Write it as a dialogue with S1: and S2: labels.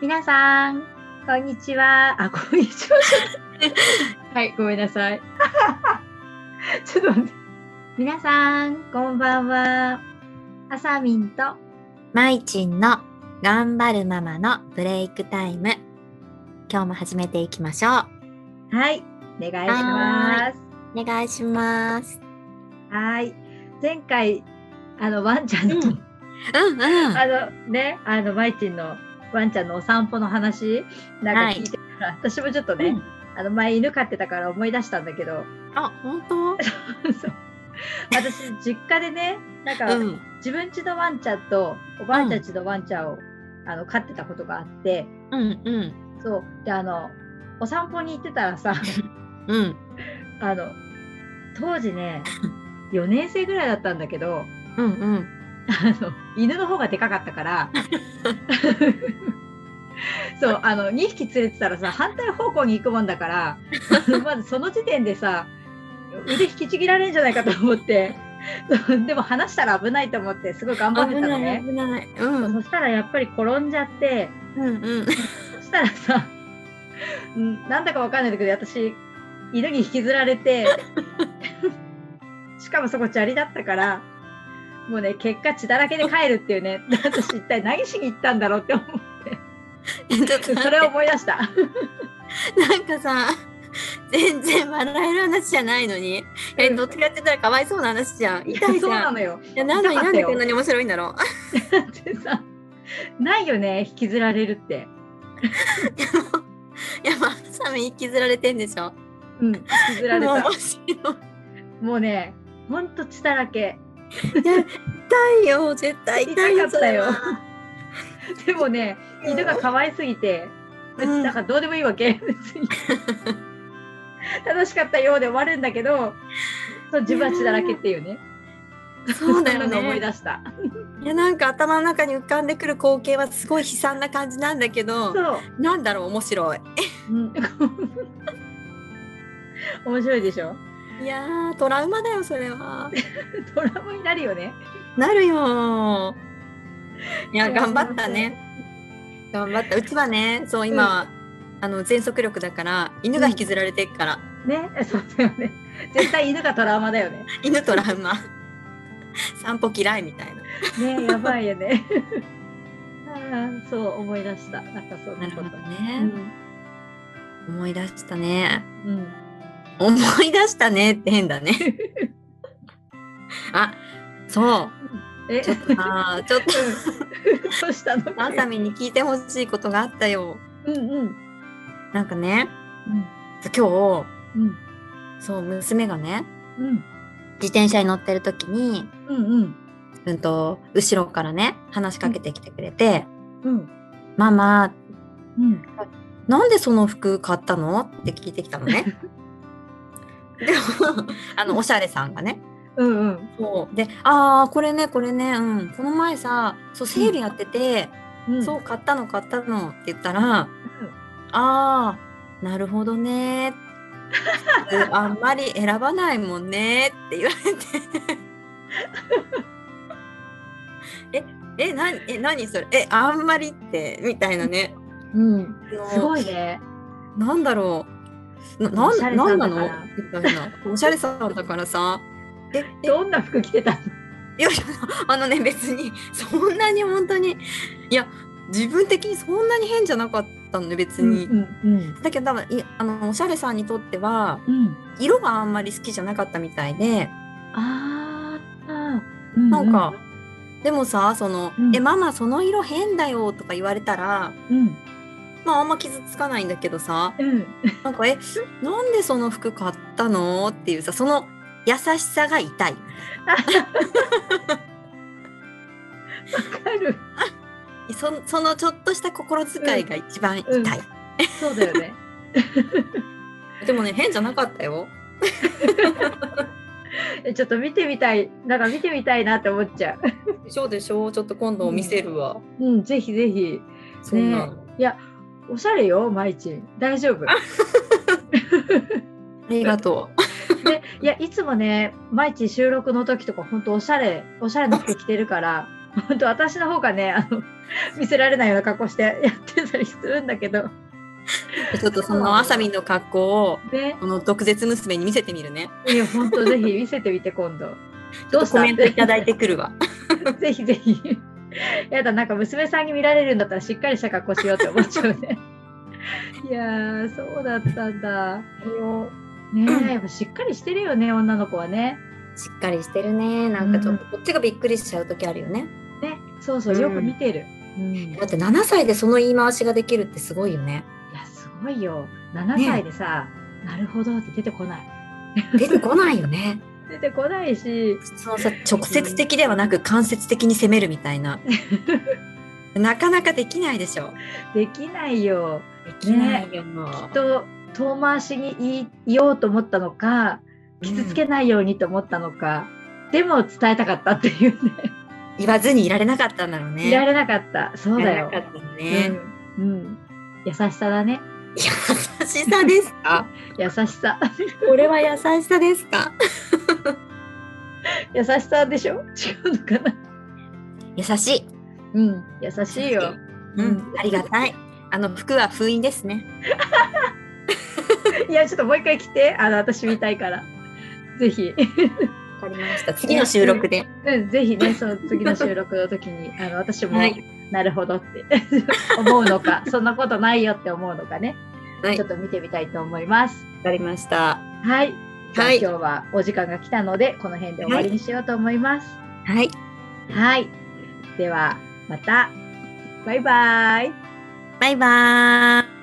S1: 皆さん、こんにちは。あ、こんにちは。
S2: はい、ごめんなさい。
S1: ちょっと待って。皆さん、こんばんは。あさみんと、
S3: まいちんの頑張るママのブレイクタイム。今日も始めていきましょ
S1: はい、お願いします。
S3: う。お願いします。
S1: はい。前回、あの、ワンちゃんの、
S3: うんうんうん。
S1: あのね、あの、まいちんのワンちゃんのお散歩の話、なんか聞いてから、私もちょっとね、
S3: うん
S1: あの、前犬飼ってたから思い出したんだけど、
S3: あ、本
S1: そう私、実家でね、なんか、
S3: 当？ん。
S1: 自分家のワンちゃんとおばあちゃん家のワンちゃんを、あの飼ってたことがあって
S3: うんうん
S1: そうであのお散歩に行ってたらさ
S3: うん
S1: あの当時ね4年生ぐらいだったんだけど
S3: うんうん。
S1: あの犬の方がでかかったから そうあの2匹連れてたらさ反対方向に行くもんだからあのまずその時点でさ腕引きちぎられるんじゃないかと思ってそうでも離したら危ないと思ってすごい頑張ってたのね。
S3: 危ない。うんうん
S1: そしたらやっぱり転んじゃって
S3: うん。
S1: そしたらさ、 うんなんだかわかんないんだけど、私、犬に引きずられて、 しかもそこ砂利だったから、もうね、結果血だらけで帰るっていうね、私一体何しに行ったんだろうって思う。
S3: ちょ っと
S1: それを思い出した。
S3: なんかさ、全然笑える話じゃないのに、え、どっちかって言ったらかわいそうな話じゃん。痛いじ
S1: そうな
S3: ゃん。い
S1: のよ。
S3: や、なのに
S1: 痛かっ
S3: な
S1: た
S3: んで
S1: よ
S3: こんなに面白いんだろ
S1: だってさ、ないよね、引きずられるって。
S3: う。でも いや、まあ、サミ引きずられてんでしょ。
S1: うん、引きずられ
S3: もう
S1: た
S3: 面。白い。
S1: もうね、ほんと血だらけ。
S3: 痛いよ、絶対痛いよ。
S1: 痛かったよ
S3: それは
S1: でもね、犬が可愛すぎて、
S3: うん
S1: なんかどうでもいいわ け別に楽しかったようで終わるんだけどそう自分は血だらけっていうね
S3: そうだよ
S1: んなの思い
S3: ね。
S1: 出した
S3: いやなんか頭の中に浮かんでくる光景はすごい悲惨な感じなんだけど
S1: そう、
S3: なんだろう面白い
S1: うん面白いでしょ
S3: いやートラウマだよそれは
S1: ドラマになるよね
S3: なるよーいや
S1: いや
S3: 頑張ったね頑張ったうちはねそう今、あの全速力だから犬が引きずられてっから、
S1: ねそうだよね絶対犬がトラウマだよね
S3: 犬トラウマ散歩嫌いみたいな
S1: ねやばいよねあーそう思い出したなんかそんなことう
S3: ね、
S1: ん
S3: 思い出したね
S1: うん
S3: 思い出したねって変だ ねあそう
S1: え
S3: ちょっとさ ちょっと
S1: どうしたの
S3: あさみんに聞いてほしいことがあったよ。
S1: うんうん
S3: なんかね、
S1: うん
S3: 今
S1: うん
S3: 日、そう、娘がね、
S1: うん
S3: 自転車に乗ってる時に、
S1: うんうん
S3: うんと、後ろからね、話しかけてきてくれて、
S1: うん
S3: ママ、
S1: うん
S3: なんでその服買ったのって聞いてきたの ね。でも、あの、おしゃれさんがね。
S1: うんうん
S3: そうで、ああ、これね、これね、うん。この前さ、そう、セールやってて、
S1: うん
S3: そう、買ったの、買ったのって言ったら、ああなるほどね 普通あんまり選ばないもんねって 言われてええなにえ何それえあんまりってみたいなね
S1: うん、
S3: あの
S1: すごいね。
S3: なんだろうな
S1: お
S3: な
S1: しゃ
S3: ん
S1: れさ
S3: なん
S1: ん
S3: な
S1: だ
S3: の
S1: から
S3: みたいなおしゃれさんだからさええ
S1: どんな服着てたの？
S3: いやいやあのね別にそんなに本当にいや自分的にそんなに変じゃなかったのね別に、
S1: うんうん
S3: だけど多分いあのおしゃれさんにとっては
S1: うん。
S3: 色があんまり好きじゃなかったみたいで、
S1: ああ、
S3: なんか、でもさその、
S1: うん
S3: えママその色変だよ」とか言われたら
S1: うん
S3: まああんま傷つかないんだけどさ
S1: うん
S3: なんか「えなんでその服買ったの?」っていうさその優しさが痛い
S1: わかる。
S3: そそのちょっとした心遣いが一番痛い、
S1: うんそうだよね。
S3: でもね変じゃなかったよ
S1: えちょっと見てみたい、なんか見てみたいなって思っちゃう。
S3: でしょでしょちょっと今度見せるわ、
S1: うん、ぜひぜひ。
S3: そんなの、
S1: おしゃれよ、マイチン。大丈夫。
S3: ありがと
S1: で、いやいつもね、マイチン収録の時とか本当おしゃれ、おしゃれな服着てるから、本当私の方がねあの見せられないような格好してやってたりするんだけど
S3: ちょっとそのあさみんの格好を
S1: ね
S3: この毒舌娘に見せてみるね。
S1: いや本当ぜひ見せてみて今度どうした
S3: コメントいただいてくるわ。
S1: ぜひぜひ。やだ、なんか娘さんに見られるんだったらしっかりした格好しようって思っちゃうね。 いやー、そうだったんだ。ねえ、やっぱしっかりしてるよね、女の子はね。
S3: しっかりしてるね。なんかちょっとこっちがびっくりしちゃう時あるよね。
S1: ね、そうそう、よく見てる。うんい
S3: だって7歳でその言い回しができるってすごいよね。
S1: や、すごいよ。7歳でさ、なるほどって出てこない。
S3: 出てこないよね。
S1: 出てこないし、
S3: そのさ直接的ではなく間接的に攻めるみたい な。なかなかできないでしょ。
S1: できないよ。
S3: で
S1: きないき
S3: よ。
S1: っと遠回しに言い言おうと思ったのか、傷つけないようにと思ったのか、でも伝えたかったっていうね。
S3: 言わずにいられなかったんだろうね。
S1: いられなかった。そうだよ
S3: い。られなかったね。
S1: うん、うん優しさだね。
S3: 優しさです か
S1: 優しさ。
S3: これは優しさですか
S1: 優しさでしょ違うのかな
S3: 優しい。
S1: うん。優しいよ。
S3: うん、ありがたい。あの服は封印ですね。
S1: いや、ちょっともう一回来て。あの、私見たいから。ぜひ。
S3: わかりました。次の収録で。
S1: うん、ぜひね、その次の収録の時 に、あの、私も、
S3: はい
S1: なるほどって 思うの か、そんなことないよって思うのかね。
S3: はい
S1: ちょっと見てみたいと思います。
S3: わかりました。
S1: はい。じゃあ
S3: はい
S1: 今日はお時間が来たので、この辺で終わりにしようと思います。
S3: はい。
S1: はい。では、また。バイバイ。
S3: バイバーイ。